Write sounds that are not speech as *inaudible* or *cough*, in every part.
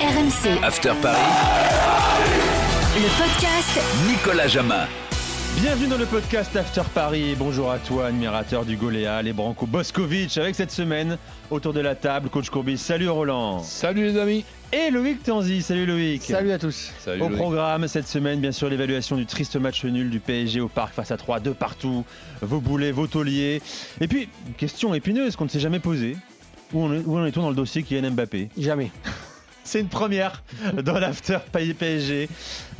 RMC, After Paris, le podcast Nicolas Jamin. Bienvenue dans le podcast After Paris. Bonjour à toi, admirateur du Goléa, les Branco Boskovic, avec cette semaine autour de la table, coach Courbis. Salut Roland. Salut les amis. Et Loïc Tanzi. Salut Loïc. à tous. Salut Au programme cette semaine, bien sûr, l'évaluation du triste match nul du PSG au parc face à 3, de partout, vos boulets, vos tauliers. Et puis, une question épineuse qu'on ne s'est jamais posée. Où en est- où en est-on dans le dossier Kylian Mbappé Jamais. C'est une première dans l'after Paris PSG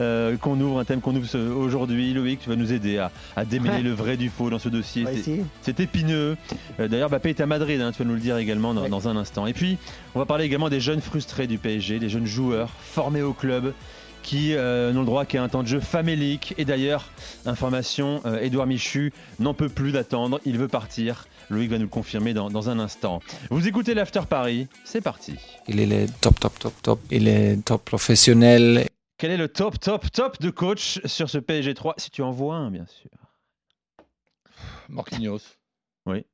euh, qu'on ouvre, un thème qu'on ouvre ce- aujourd'hui. Loïc, tu vas nous aider à, à démêler Ouais. le vrai du faux dans ce dossier. On va C'est- essayer. C'est épineux. Euh, D'ailleurs, Mbappé est à Madrid, hein, tu vas nous le dire également dans, Ouais. dans un instant. Et puis, on va parler également des jeunes frustrés du PSG, des jeunes joueurs formés au club qui euh, n'ont le droit qu'à un temps de jeu famélique. Et d'ailleurs, information, euh, Édouard Michu n'en peut plus d'attendre, il veut partir. Loïc va nous le confirmer dans, dans un instant. Vous écoutez l'After Paris, c'est parti. Il est le top, top, top, top. Il est top professionnel. Quel est le top, top, top de coach sur ce PSG 3 Si tu en vois un, bien sûr. Marquinhos. Oui.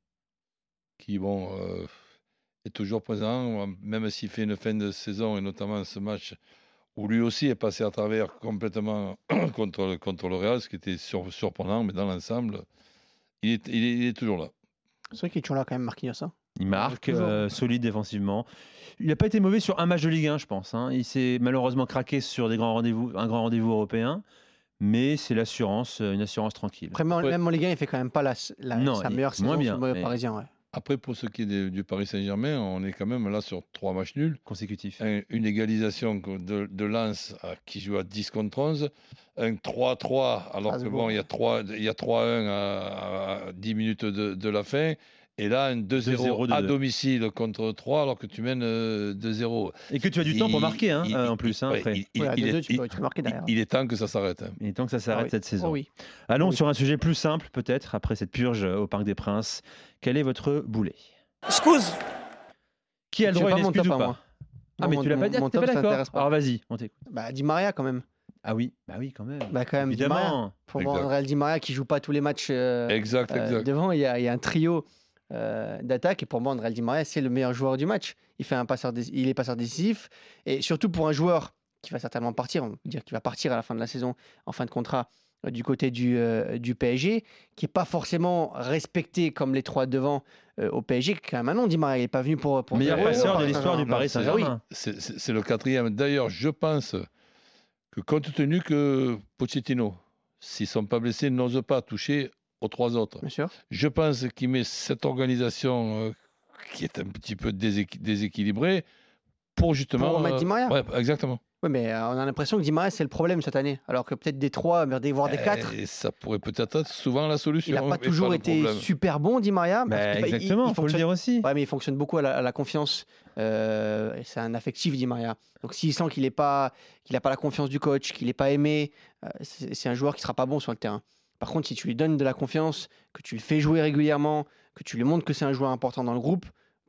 Qui, bon, euh, est toujours présent, même s'il fait une fin de saison, et notamment ce match où lui aussi est passé à travers complètement *clears throat* contre, le- contre le Real, ce qui était sur- surprenant, mais dans l'ensemble, il est, il, est, il est toujours là. C'est vrai qu'il est toujours là quand même, Marquinhos. hein. Il marque, Toujours. euh, solide défensivement. Il n'a pas été mauvais sur un match de Ligue 1, je pense. hein. Il s'est malheureusement craqué sur des grands rendez-vous, un grand rendez-vous européen, mais c'est l'assurance, euh, une assurance tranquille. Après, même- Ouais. même en Ligue 1, il fait quand même pas la, la- Non, sa il- meilleure saison moins bien, sur le maillot mais- parisien. ouais. Après, pour ce qui est des- du Paris Saint-Germain, on est quand même là sur trois matchs nuls. Euh, Consécutif. un- une égalisation co- de, de Lens à- qui joue à 10 contre 11, un 3-3 alors que bon, Strasbourg. il y a 3 il y a 3-1 à, à 10 minutes de, de la fin et là un 2-0 2-0, à 2-2. domicile contre 3 alors que tu mènes euh, 2-0. Et que tu as du temps pour marquer, hein, Il- euh, en plus, hein, ouais, après. il- Ouais, à il- il deux-deux, est- tu peux- tu peux marquer il- derrière. il est temps que ça s'arrête. hein. Il est temps que ça Ah s'arrête oui. cette saison. Oh oui. Allons Oui. Ah sur un sujet plus simple, peut-être, après cette purge euh, au Parc des Princes. Quel est votre boulet Excuse. Qui a le Je droit sais à pas une mon excuse top ou à pas moi. Ah, Mon- mais tu l'as mon- pas dit, ah, mon t'es pas top, ça d'accord t'intéresse pas. Alors vas-y, on t'écoute. Bah, Di Maria quand même. Ah oui, bah oui, quand même. Bah, quand même, Di Maria. Évidemment. Pour Exact. voir Real Di Maria qui joue pas tous les matchs euh, Exact, euh, exact. devant, il y, a, il y a un trio euh, d'attaque. Et pour moi, Real Di Maria, c'est le meilleur joueur du match. Il, fait un passeur dé- il est passeur décisif. Et surtout pour un joueur qui va certainement partir, on peut dire qu'il va partir à la fin de la saison, en fin de contrat, euh, du côté du, euh, du PSG, qui n'est pas forcément respecté comme les trois devant euh, au PSG, qui est quand même un nom, Di Maria. Il n'est pas venu pour. pour Meilleur dire, ouais, passeur ouais, de ouais, l'histoire du ouais, ouais. Paris c'est- Saint-Germain. C'est- C'est c'est le quatrième. D'ailleurs, je pense que compte tenu que Pochettino, s'ils sont pas blessés, n'ose pas toucher aux trois autres. Bien sûr. Je pense qu'il met cette organisation euh, qui est un petit peu déséqu- déséquilibrée pour justement. euh, Pour remettre Di Maria. ouais, exactement. Oui, mais euh, on a l'impression que Di Maria, c'est le problème cette année. Alors que peut-être des trois, voire des Euh, quatre. Et ça pourrait peut-être être souvent la Il solution. n'a pas et toujours le été problème. super bon, Di Maria. parce Bah, qu'il fa- il- exactement, il faut le fonctionne- dire aussi. Ouais, mais il fonctionne beaucoup à la, à la confiance. Euh, et c'est un affectif, Di Maria. Donc s'il sent qu'il n'a pas, qu'il a pas la confiance du coach, qu'il n'est pas aimé, euh, c'est c'est un joueur qui sera pas bon sur le terrain. Par contre, si tu lui donnes de la confiance, que tu le fais jouer régulièrement, que tu lui montres que c'est un joueur important dans le groupe,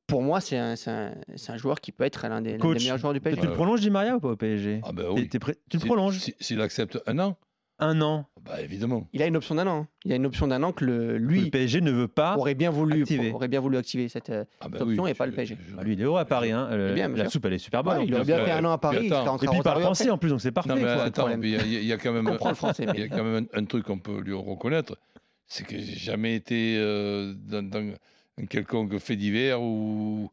pour moi, c'est un, c'est un- c'est un joueur qui peut être l'un des, l'un des Coach, meilleurs joueurs du Tu PSG. le prolonges, Di Maria, ou pas au PSG Ah ben oui. T'es- t'es prêt- Tu le Si- prolonges si- S'il accepte un an, un an. bah évidemment. Il a une option d'un an. hein. Il a une option d'un an que le- Le lui PSG ne veut pas. aurait bien voulu activer. aurait bien voulu activer cette. euh, Ah Cette option est pas le PSG. Bah, lui, il est heureux à Paris. hein. Euh, C'est bien, la monsieur. soupe, elle est super bonne. ouais, en il plus. aurait bien euh, fait un an à Paris. puis il serait attends. encore Et puis il parle retardé après. français en plus, donc c'est parfait. Ah Non, mais quoi, le attends, problème. puis il y a- il y, a quand même, comprend le français, mais- il y a quand même un, un truc qu'on peut lui reconnaître, c'est que j'ai jamais été euh, dans, dans un quelconque fait divers ou,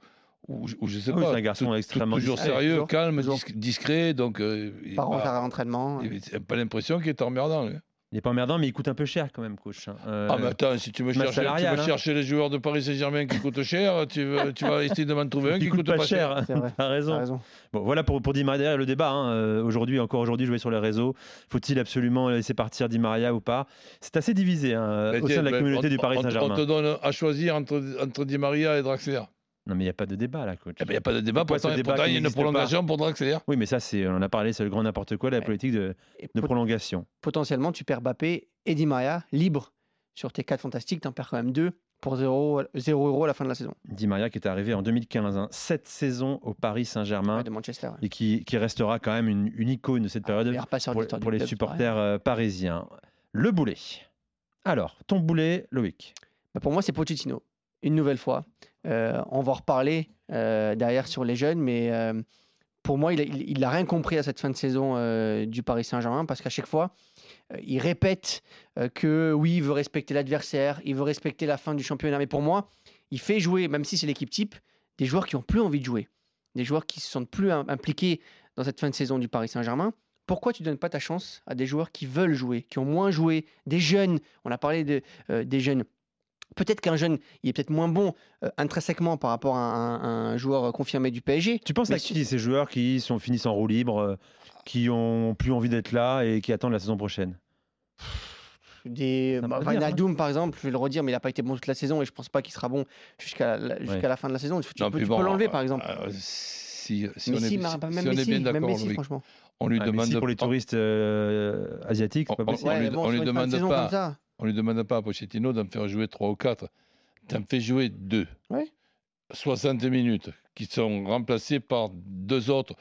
ou, ou je sais Ah oui, pas. c'est un garçon Tou- tou- extrêmement toujours discret. sérieux, Toujours, calme, toujours. dis- discret, donc euh, il Ah. Par a an à pas, l'entraînement. il a pas l'impression qu'il est emmerdant. lui. Il n'est pas emmerdant, mais il coûte un peu cher quand même, coach. hein. Euh, ah mais attends, si tu me masse cherches, tu salariale, me hein. cherches les joueurs de Paris Saint-Germain qui coûtent cher, tu, vas- tu vas essayer de m'en *laughs* trouver un il qui coûte pas, cher. hein. C'est vrai. T'as *laughs* raison. T'as Ah. raison. Bon, voilà pour, pour Di Maria le débat. hein. Euh, aujourd'hui, encore aujourd'hui, je vais sur les réseaux. Faut-il absolument laisser partir Di Maria ou pas C'est assez divisé hein, Mais au sein tiens, de la mais communauté on- du Paris on- On Saint-Germain. te donne à choisir entre, entre Di Maria et Draxler. Non, mais il n'y a pas de débat là, coach. Eh ben, Il n'y a pas de débat, Pourquoi ce pourtant, débat pourtant, qui il y a une n'existe pas prolongation pour Draxler. Oui, mais ça, c'est, on en a parlé, c'est le grand n'importe quoi, la Ouais. politique de, Et de pot- prolongation. potentiellement, tu perds Mbappé et Di Maria libres sur tes 4 fantastiques. Tu en perds quand même 2 pour 0 euros à la fin de la saison Di Maria qui est arrivé en 2015, hein, sept saisons au Paris Saint-Germain. ouais, de Manchester. ouais. Ah, et qui, qui restera quand même une, une icône de cette période Meilleur passeur de pour, l'histoire du pour les club, ouais. supporters euh, parisiens. Le boulet. Alors, ton boulet, Loïc. Bah, pour moi, c'est Pochettino. Une nouvelle fois. Euh, on va en reparler euh, derrière sur les jeunes, mais euh, pour moi, il a, il- il a rien compris à cette fin de saison euh, du Paris Saint-Germain parce qu'à chaque fois, euh, il répète euh, que oui, il veut respecter l'adversaire, il veut respecter la fin du championnat. Mais pour moi, il fait jouer, même si c'est l'équipe type, des joueurs qui n'ont plus envie de jouer, des joueurs qui se sentent plus im- impliqués dans cette fin de saison du Paris Saint-Germain. Pourquoi tu donnes pas ta chance à des joueurs qui veulent jouer, qui ont moins joué, des jeunes On a parlé de, euh, des jeunes. Peut-être qu'un jeune, il est peut-être moins bon euh, intrinsèquement par rapport à un- un joueur confirmé du PSG. Tu penses Mais à qui ces joueurs qui sont finissent en roue libre, euh, qui ont plus envie d'être là et qui attendent la saison prochaine des Ça bah, peut Van dire, hein. Adoum, par exemple, je vais le redire, mais il n'a pas été bon toute la saison et je pense pas qu'il sera bon jusqu'à la, jusqu'à Ouais. la fin de la saison. Tu, tu Non, peux, puis tu bon, peux l'enlever, euh, par exemple. euh, si, si on est, Messi, si- Mar- si même on est Messi, bien même d'accord, Messi, Loïc, franchement. on lui Ah, mais demande si pour les on- touristes euh, asiatiques, c'est Oh, pas oh, possible. ouais. lui- on sur une lui fin de demande saison pas. comme ça. On ne lui demande pas à Pochettino d'en faire jouer 3 ou 4. T'en fais jouer 2. Ouais. 60 minutes qui sont remplacées par deux autres.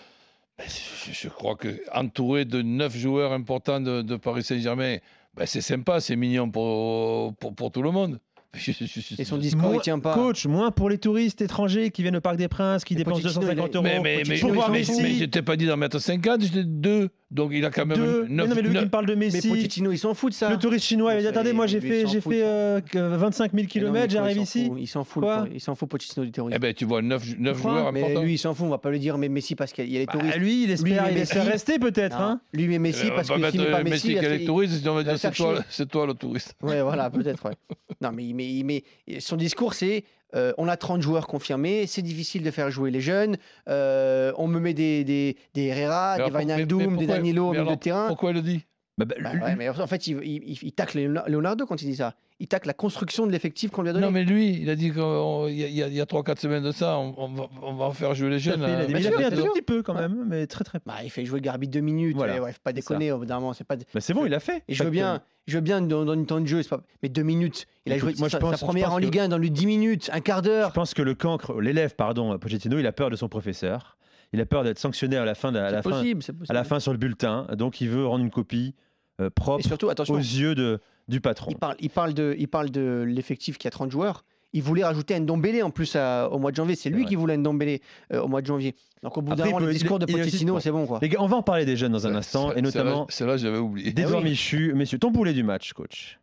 Ben, Je, je crois que entouré de neuf joueurs importants de, de Paris Saint-Germain, ben, c'est sympa, c'est mignon pour, pour, pour tout le monde. *laughs* Je- je- je- Et son discours, Moi, il tient pas. Coach, moins pour les touristes étrangers qui viennent au Parc des Princes, qui Et dépensent Pochettino, 250 il est- euros mais, mais, mais, pour voir mais- Messi. mais je t'ai pas dit d'en mettre 50, j'étais deux. Donc il a quand même deux. Mais neuf- non, mais lui qui neuf- me parle de Mais Messi. Pochettino, il s'en fout de ça. Le touriste chinois, il Mais dit ça, Attendez, moi il- j'ai lui, fait, il s'en j'ai fout, fait ça. euh, que 25 000 Mais non, mais km, quoi, j'arrive il s'en ici. fout, Il s'en fout, Quoi le tour- il s'en fout, Pochettino, du terrorisme. Eh ben, tu vois, neuf, neuf Pourquoi joueurs mais importants. lui, il s'en fout, on va pas le dire, mais Messi parce qu'il y a les Bah, touristes. lui, il espère, mais il espère Messi. rester peut-être. Non. hein. Lui, mais Messi Euh, parce on va que s'il mettre n'est pas Messi, Messi il a qu'elle est fait- touriste, sinon on va il va dire c'est faire toi, chier. c'est toi le touriste. Ouais, voilà, *laughs* peut-être, ouais. Non, mais, il met- il met- son discours, c'est euh, on a 30 joueurs confirmés, c'est difficile de faire jouer les jeunes, euh, on me met des, des, des Herrera, Alors, des pour- mais- mais Wijnaldum, des pourquoi- Danilo au mais milieu de alors, terrain. Pourquoi il le dit Bah, bah, Bah lui- ouais, mais en fait, il, il, il- il tacle Leon- Leonardo quand il dit ça. Il tacle la construction de l'effectif qu'on lui a donné. Non, mais lui, il a dit qu'il y a- il y a, il y a 3-4 semaines de ça, on, on va, on va faire jouer les tout à jeunes. fait, il a hein. des- bien il a sûr, fait un bien tout sûr. petit peu quand même, mais très très peu. Bah, il fait jouer Garbi deux minutes. Voilà. et ouais, faut pas ça. déconner, au bout d'un moment, c'est pas. Bah, c'est bon, il a fait. Et je Pas veux de- bien, je veux bien dans, dans une temps de jeu, c'est pas... mais deux minutes. Il a Écoute, joué moi, sa, je pense- sa je première pense en que- Ligue 1 dans lui 10 minutes, un quart d'heure. Je pense que le cancre, l'élève, pardon, Pochettino, il a peur de son professeur. Il a peur d'être sanctionné à la fin, de- à C'est la fin, possible, c'est possible. à la fin sur le bulletin. Donc il veut rendre une copie euh, Et propre surtout, attention, aux yeux de, du patron. Il parle, il parle de, il parle de l'effectif qui a 30 joueurs. Il voulait rajouter Ndombele en plus à- au mois de janvier. C'est lui vrai. qui voulait Ndombele euh, au mois de janvier. Donc au bout Après, d'un il moment, le peut- discours de il- il est aussi- Pochettino, bon. c'est bon quoi. Les gars, on va en parler des jeunes dans un Ça- instant, ça- et notamment Eh celle-là- Celle-là, j'avais oublié. d'Edouard Ah oui. Michu. Messieurs, ton poulet du match, coach.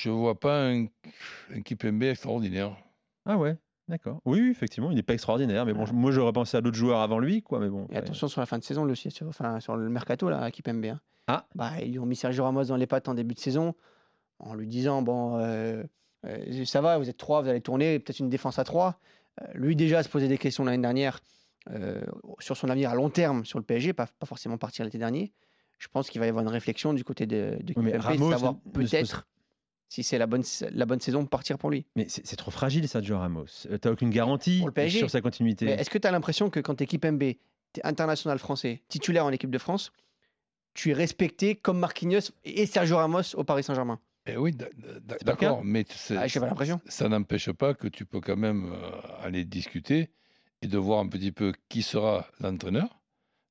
Je vois pas un, un Kimpembe extraordinaire. Ah ouais, d'accord. Oui, oui, effectivement, il n'est pas extraordinaire, mais bon, je- moi j'aurais pensé à d'autres joueurs avant lui, quoi. Mais bon, Ah. Et attention sur la fin de saison, le, sur, enfin, sur le mercato, là, à Kipembe. hein. Ah. Bah, ils lui ont mis Sergio Ramos dans les pattes en début de saison en lui disant Bon, euh, euh, ça va, vous êtes trois, vous allez tourner, peut-être une défense à trois. Euh, lui, déjà, se posait des questions l'année dernière euh, sur son avenir à long terme sur le PSG, pas, pas forcément partir l'été dernier. Je pense qu'il va y avoir une réflexion du côté de, de Oui, mais Kimpembe, Ramos hein, de savoir ne- ne se pose- peut-être si c'est la bonne, la bonne saison partir pour lui. Mais c'est c'est trop fragile, Sergio Ramos. Euh, T'as aucune garantie Pour le PSG. sur sa continuité. Mais est-ce que tu as l'impression que quand tu es Kipembe, tu es international français, titulaire en équipe de France, tu es respecté comme Marquinhos et Sergio Ramos au Paris Saint-Germain Eh oui, d'a- d'a- C'est pas le cas. d'accord, mais c'est- Ah, j'ai pas l'impression. ça n'empêche pas que tu peux quand même euh, aller discuter et de voir un petit peu qui sera l'entraîneur,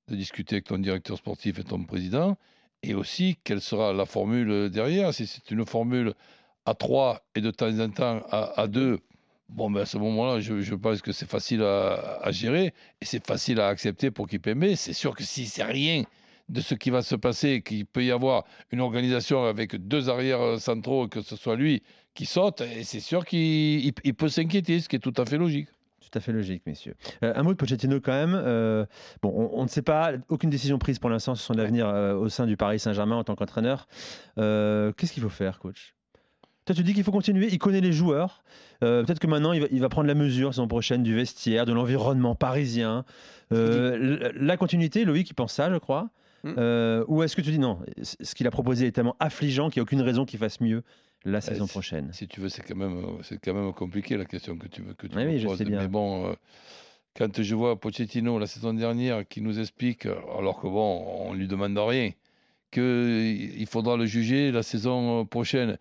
de discuter avec ton directeur sportif et ton président, et aussi quelle sera la formule derrière. Si c'est une formule à 3 et de temps en temps à, à 2, bon, ben à ce moment-là, je, je pense que c'est facile à, à gérer et c'est facile à accepter pour Kipembe. C'est sûr que si c'est rien de ce qui va se passer, qu'il peut y avoir une organisation avec deux arrières euh, centraux, que ce soit lui qui saute, et c'est sûr qu'il il- il peut s'inquiéter, ce qui est tout à fait logique. Tout à fait logique, messieurs. Euh, un mot de Pochettino quand même. Euh, bon, on, on ne sait pas, aucune décision prise pour l'instant sur son avenir euh, au sein du Paris Saint-Germain en tant qu'entraîneur. Euh, Qu'est-ce qu'il faut faire, coach Toi, tu dis qu'il faut continuer. Il connaît les joueurs. Euh, Peut-être que maintenant, il va, il va prendre la mesure la saison prochaine du vestiaire, de l'environnement parisien. Euh, l- la continuité, Loïc, il pense ça, je crois. Mm. Hmm. Euh, ou est-ce que tu dis non c- Ce qu'il a proposé est tellement affligeant qu'il n'y a aucune raison qu'il fasse mieux la saison c'est- prochaine. Si tu veux, c'est quand même, euh, c'est quand même compliqué la question que tu, veux- que tu Oui, me oui, je poses. sais bien. Mais bon, euh, quand je vois Pochettino la saison dernière qui nous explique, euh, alors que bon, on lui demande rien, qu'il faudra le juger la saison euh, prochaine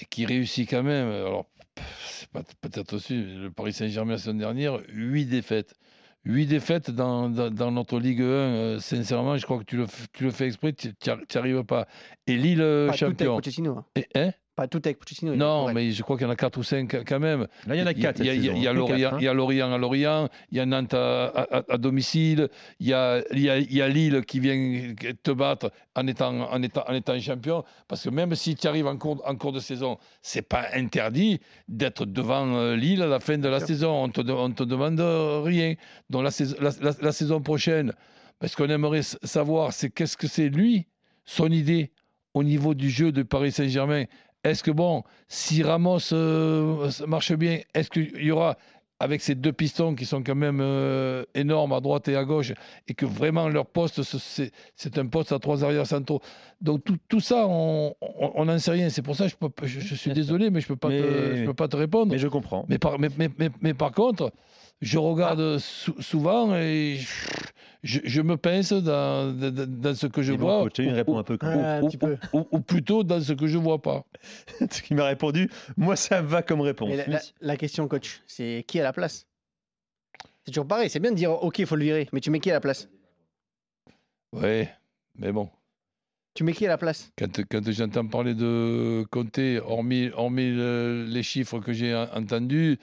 et qui réussit quand même. Alors, pff, c'est pas- peut-être aussi le Paris Saint-Germain la saison dernière, huit défaites. Huit défaites dans, dans- dans notre Ligue 1, euh, sincèrement, je crois que tu le, f- tu le fais exprès, tu n'y arrives pas. Et Lille euh, Pas tout avec champion. Pochettino. hein. Et, hein Pas tout avec Pochettino. il y a Non, Tourelle. mais je crois qu'il y en a 4 ou 5 quand même. Là, Ah, il y en a quatre. Il y a- cette il y a- saison, il y a hein, tous les Lorient- quatre, hein. il y a Lorient à Lorient, il y a Nantes à, à- à domicile, il y a, il y a- il y a Lille qui vient te battre en étant, en étant, en étant champion. Parce que même si tu arrives en cours, en cours de saison, c'est pas interdit d'être devant euh, Lille à la fin de la Sûr. saison. On te, de- on te demande euh, rien. Donc la saison, la, la- la saison prochaine, ben, ce qu'on aimerait s- savoir, c'est qu'est-ce que c'est lui, son idée au niveau du jeu de Paris Saint-Germain. Est-ce que, bon, si Ramos euh, marche bien, est-ce qu'il y aura, avec ces deux pistons qui sont quand même euh, énormes à droite et à gauche, et que vraiment leur poste, ce- c'est c'est un poste à trois arrières centraux. Donc tout, tout ça, on on- on n'en sait rien. C'est pour ça que je, peux pas- je- je suis désolé, mais je ne peux, pas te- Mais- je peux pas te répondre. Mais je comprends. Mais par, mais, mais- mais- mais par contre, je Ah. regarde sou- souvent et je, je me pince dans, dans, dans ce que je Il doit vois, coacher, il ou- répond un peu Ouais, comme- un petit peu. ou, ou plutôt dans ce que je vois pas. *laughs* Ce qui m'a répondu, moi ça me va comme réponse. Et la, la- Oui. la question, coach, c'est qui à la place C'est toujours pareil. C'est bien de dire oh, OK, il faut le virer, mais tu mets qui à la place Ouais, mais bon, Tu mets qui à la place quand, quand j'entends parler de Comté, hormis, hormis le- les chiffres que j'ai en- entendus,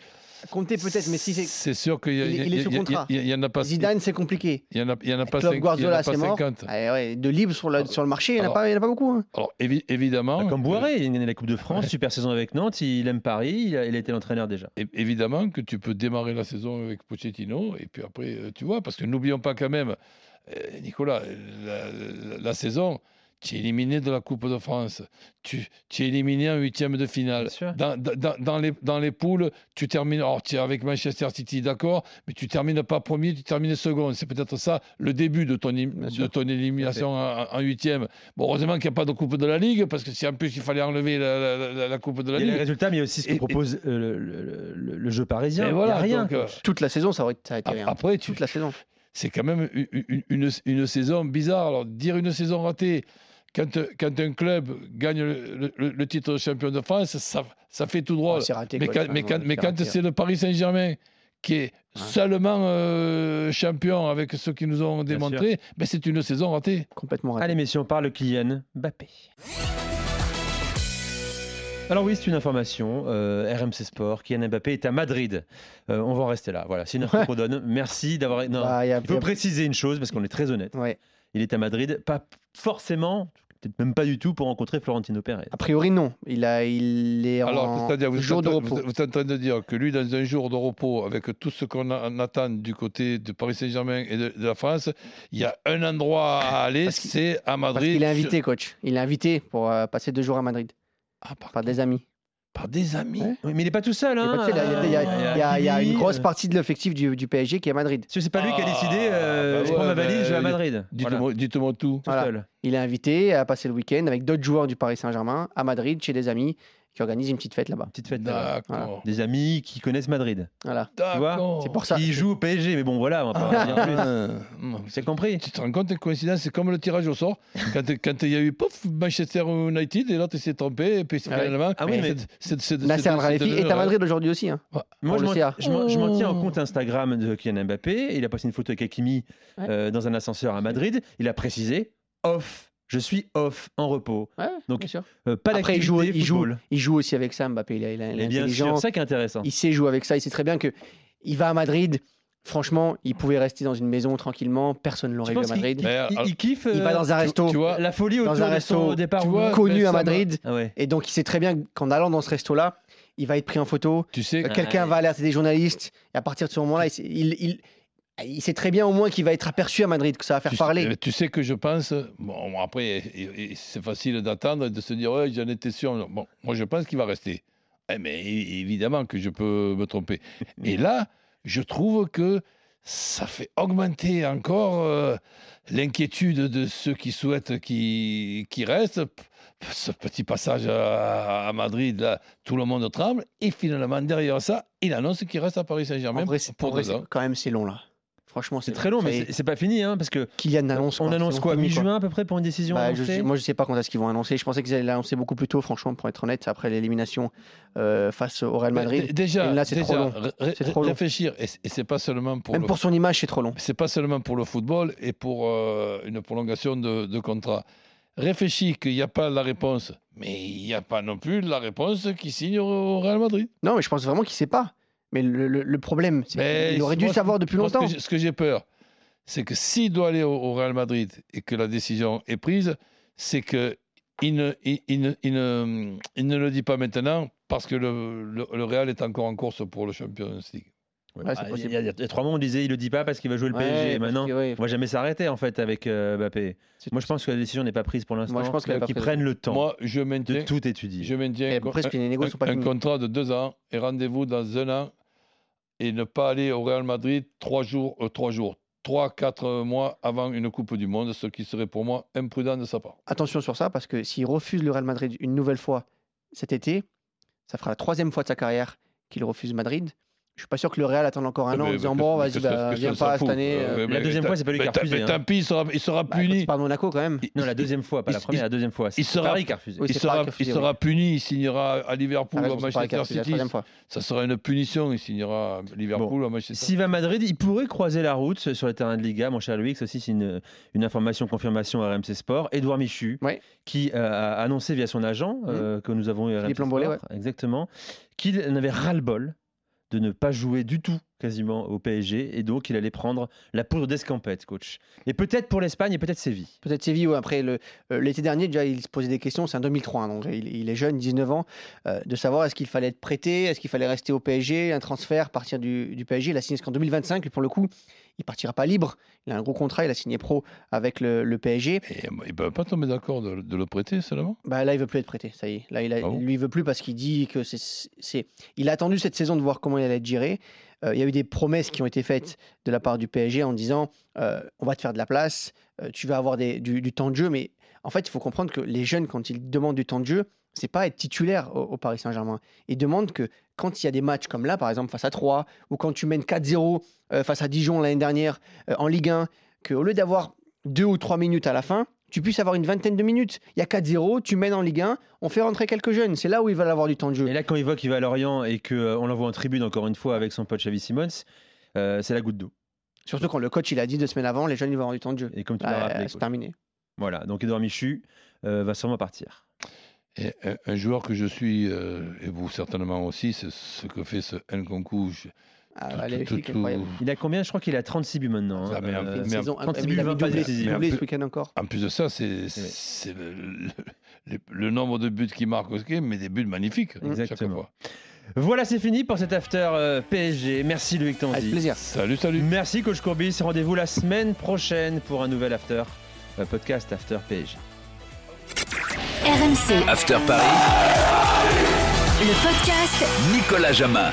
Comptez peut-être, mais si c'est c'est sûr qu'il y, a- il est- il il y, est a- sous il y a- contrat. il y a- il y en a pas Zidane, c'est compliqué. Il y en a, il y en a pas, Klopp, cinq- il y en a Guardiola, pas c'est mort. 50. Ah ouais, de libre sur, la- Alors- sur le marché, il n'y en, a alors- pas- il y en a pas beaucoup. hein. Alors évi- évidemment, Bah, Comme que- Boiré, il a gagné la Coupe de France, super saison avec Nantes, il aime Paris, il, a, il était l'entraîneur déjà. É- évidemment que tu peux démarrer la saison avec Pochettino et puis après, euh, tu vois, parce que n'oublions pas quand même, euh, Nicolas, la, la- la saison, tu es éliminé de la Coupe de France, tu, tu es éliminé en huitième de finale. Bien sûr. Dans, dans- dans les, dans les poules, tu termines, alors tu es avec Manchester City, d'accord, mais tu termines pas premier, tu termines second. C'est peut-être ça le début de ton, élim- Bien de sûr. ton élimination en en huitième. Bon, heureusement qu'il n'y a pas de Coupe de la Ligue, parce que si en plus il fallait enlever la, la- la- la Coupe de la Il y a les Ligue. résultats, mais il y a aussi ce que Et- et- propose euh, le, le- le- le jeu parisien. Et Il y a voilà, rien. donc, euh, Toute la saison, ça aurait ça aurait été rien. après, tu, Toute la saison. c'est quand même u- u- une, une, saison bizarre. Alors, dire une saison ratée, quand, quand un club gagne le, le- le titre de champion de France, ça, ça fait tout droit. Ah, c'est raté, oh, mais quoi, quand, enfin, mais quand- ouais, mais quand raté. c'est le Paris Saint-Germain qui est Hein. seulement euh, champion avec ceux qui nous ont Bien démontré, ben c'est une saison ratée. Complètement raté. Allez, messieurs, on parle Kylian Mbappé. Alors oui, c'est une information. euh, RMC Sport, Kylian Mbappé est à Madrid. Euh, on va en rester là. Voilà, c'est une info Ouais. qu'on donne. Merci d'avoir. Non, Bah, y a- il faut préciser une chose parce qu'on est très honnête. ouais. Il est à Madrid, pas forcément, peut-être même pas du tout, pour rencontrer Florentino Pérez. A priori, non. Il, a, il est Alors, en c'est-à-dire, vous, êtes en jour de train- repos. vous- vous êtes en train de dire que lui, dans un jour de repos, avec tout ce qu'on a- en attend du côté de Paris Saint-Germain et de, de la France, il y a un endroit à aller, Parce qu'il- c'est à Parce Madrid. qu'il est invité, coach. Il est invité pour euh, passer deux jours à Madrid Ah, par, par des amis. par des amis. Ouais. Oui, mais il n'est pas tout seul. Et Hein, bah, tu sais, là, Il y a- il y a- il y a- il y a une Hakimi, grosse euh, partie de l'effectif du, du PSG qui est à Madrid. Parce que c'est pas lui qui a décidé. euh, Ah, bah je prends ouais, ma valise, bah, je vais à Madrid. Dites-moi Voilà, dites-moi tout. tout Voilà. seul. Il est invité à passer le week-end avec d'autres joueurs du Paris Saint-Germain à Madrid chez des amis qui organisent une petite fête là-bas. Petite fête. Bah. là-bas. D'accord. Des amis qui connaissent Madrid. Voilà. D'accord. Ah. C'est pour ça. Il joue au PSG, mais bon, voilà, on va pas en dire plus. plus. C'est compris. Tu te rends compte, une coïncidence, c'est comme le tirage *laughs* au sort. Quand quand il y a eu pof, Manchester United, et là, tu s'est trompé, et puis Ah oui. finalement. Ah oui, mais- c'est- c'est- c'est- Nasser c'est- al Khelaifi c'est- est à Madrid aujourd'hui aussi. hein. Moi, Pour je le m'en- CA. je m'en je m'en tiens au compte Instagram de Kylian Mbappé. Il a posté une photo avec Hakimi Ouais. euh, dans un ascenseur à Madrid. Il a précisé off. Je suis off, en repos. Ouais, Donc, bien sûr. Euh, pas Après, il d'activité joue, il, joue, football. il joue aussi avec ça, Mbappé. Il, a- il a- il est Et bien intelligent. sûr, ça qui est intéressant. Il sait jouer avec ça. Il sait très bien que il va à Madrid. Franchement, il pouvait rester dans une maison tranquillement. Personne ne Tu l'aurait vu à penses qu'il- Madrid. qu'il- Mais, il- alors- il kiffe Il va euh, dans un tu- resto tu vois, la folie autour dans un de son resto départ tu ou- vois, connu mais à ça m'a- Madrid. Ah ouais. Et donc, il sait très bien qu'en allant dans ce resto-là, il va être pris en photo. Tu sais, Euh, Quelqu'un ouais. va alerter des journalistes. Et à partir de ce moment-là, il, s- il, il- il sait très bien au moins qu'il va être aperçu à Madrid, que ça va faire tu, parler. euh, tu sais que je pense, bon, après, il- il- c'est facile d'attendre et de se dire, ouais, j'en étais sûr. Bon, moi, je pense qu'il va rester. Eh, mais é- évidemment que je peux me tromper. Et là, je trouve que ça fait augmenter encore euh, l'inquiétude de ceux qui souhaitent qu'il qu'il reste. P- Ce petit passage à, à Madrid, là, tout le monde tremble. Et finalement, derrière ça, il annonce qu'il reste à Paris Saint-Germain En vrai, c'est- en pour vrai, deux c'est- ans. quand même, c'est long là. Franchement, C'est très long, ça y mais est. c'est- c'est pas fini, hein, parce que Kylian annonce. on c'est annonce bon, quoi fini, Mi-juin à peu près pour une décision Bah, je- annoncée je- moi, je sais pas quand est-ce qu'ils vont annoncer. Je pensais qu'ils allaient l'annoncer beaucoup plus tôt, franchement, pour être honnête, après l'élimination euh, face au Real Mais d- Madrid. Déjà, Et là, c'est déjà, trop long. ré- ré- C'est trop long. réfléchir, et c- et c'est pas seulement pour Même le pour son image, c'est trop long. c'est pas seulement pour le football et pour euh, une prolongation de, de contrat. réfléchit qu'il n'y a pas la réponse, mais il n'y a pas non plus la réponse qui signe au au Real Madrid. Non, mais je pense vraiment qu'il sait pas. Mais le, le- le problème, c'est Mais qu'il aurait moi, dû ce que- savoir depuis moi, ce que longtemps. j'ai- Ce que j'ai peur, c'est que s'il doit aller au, au Real Madrid et que la décision est prise, c'est que il ne, il, il ne, il ne- il ne le dit pas maintenant parce que le, le- le Real est encore en course pour le Champions League. Ouais, Ouais, bah, il y c'est a- possible. il y, a- il y a trois mois, on disait il le dit pas parce qu'il va jouer le Ouais, PSG. Et parce maintenant, que, ouais, on va jamais s'arrêter en fait avec euh, Mbappé. C'est- Moi, je pense que la décision n'est pas prise pour l'instant. Euh, Moi, je pense qu'elle est pas qu'ils prise. prennent le temps Moi, je de maintiens, tout étudier. je maintiens Et qu'on- Eh, presque les un, négos sont pas un finis. contrat de deux ans et rendez-vous dans un an et ne pas aller au Real Madrid trois jours, euh, trois jours, trois, quatre mois avant une Coupe du Monde, ce qui serait pour moi imprudent de sa part. Attention sur ça, parce que s'il refuse le Real Madrid une nouvelle fois cet été, ça fera la troisième fois de sa carrière qu'il refuse Madrid. Je suis pas sûr que le Real attende encore un Mais- an en mais disant que- bon, mais vas-y, que ça- bah, que ça viens s'en pas fout. cette année. Euh, euh, mais- La mais deuxième tant- fois, c'est pas lui qui mais a tant- refusé, mais hein. Tant pis, il sera, il sera bah, quand puni. tu parles de Monaco quand même. Non, la deuxième fois, pas il- la première, il- la deuxième fois. C'est il sera- Paris qui a refusé. Oui, il c'est Paris sera, qui a il refusé, sera puni, il signera à Liverpool T'as ou à raison, c'est Ah, pas la Manchester carte, c'est la City. troisième fois. Ça sera une punition, il signera à Liverpool ou à Manchester S'il va à Madrid, il pourrait croiser la route euh, sur les terrains de Liga, mon cher Louis. Ceci, c'est une, euh, une information, confirmation à RMC Sport. Édouard Michu, Ouais. Mm. qui euh, a annoncé via son agent euh, que nous avons eu à RMC Philippe Sport, Lambollet, exactement, qu'il n'avait ras-le-bol de ne pas jouer du tout quasiment au PSG et donc il allait prendre la poudre d'escampette, coach. Et peut-être pour l'Espagne et peut-être Séville. Peut-être Séville, ouais. après le- euh, l'été dernier, déjà, il se posait des questions. C'est en 2003, hein, donc il, il est jeune, 19 ans, euh, de savoir est-ce qu'il fallait être prêté, est-ce qu'il fallait rester au PSG, un transfert, partir du, du PSG. Il a signé jusqu'en 2025, et pour le coup, il partira pas libre. Il a un gros contrat, il a signé pro avec le, le PSG. Et Ils ne peuvent pas tomber d'accord de, de le prêter seulement. Bah, là, il veut plus être prêté, ça y est. Là, il a- Ah bon lui, il veut plus parce qu'il dit que c'est- c'est. Il a attendu cette saison de voir comment il allait être géré. Euh, il y a eu des promesses qui ont été faites de la part du PSG en disant euh, on va te faire de la place, euh, tu vas avoir des- du, du temps de jeu. Mais en fait, il faut comprendre que les jeunes, quand ils demandent du temps de jeu, c'est pas être titulaire au, au Paris Saint-Germain. Ils demandent que quand il y a des matchs comme là, par exemple face à 3, ou quand tu mènes 4-0 euh, face à Dijon l'année dernière euh, en Ligue 1, qu'au lieu d'avoir deux ou trois minutes à la fin, tu puisses avoir une vingtaine de minutes. Il y a 4-0, tu mènes en Ligue 1, on fait rentrer quelques jeunes. C'est là où ils veulent avoir du temps de jeu. Et là, quand il voit qu'il va à Lorient et qu'on l'envoie en tribune encore une fois avec son pote Xavi Simons, euh, c'est la goutte d'eau. Surtout quand le coach il a dit deux semaines avant, les jeunes ils vont avoir du temps de jeu. Et comme tu l'as Bah, rappelé, c'est coach. terminé. voilà. Donc Édouard Michu euh, va sûrement partir. Et un, un joueur que je suis, euh, et vous certainement aussi, c'est ce que fait ce Nkunku. je- Ah, tout- bah, les tout- flics, tout- euh, incroyable. Il a combien Je crois qu'il a 36 buts maintenant. hein. Ah, mais un- Euh, Une saison quand il incroyable. Il a bute, mis pas doublé, de décision. doublé Mais un ce peu- week-end encore. En plus de ça, c'est c'est le, le- le- le nombre de buts qu'il marque au game, mais des buts magnifiques. Mm. chaque Exactement. fois. Euh, Voilà, c'est fini pour cet after euh, PSG. Merci Loïc Avec Tandy. plaisir. Salut, salut. Merci Coach Courbis. Rendez-vous la semaine prochaine pour un nouvel after euh, podcast After PSG. RMC, After Paris, le podcast Nicolas Jama.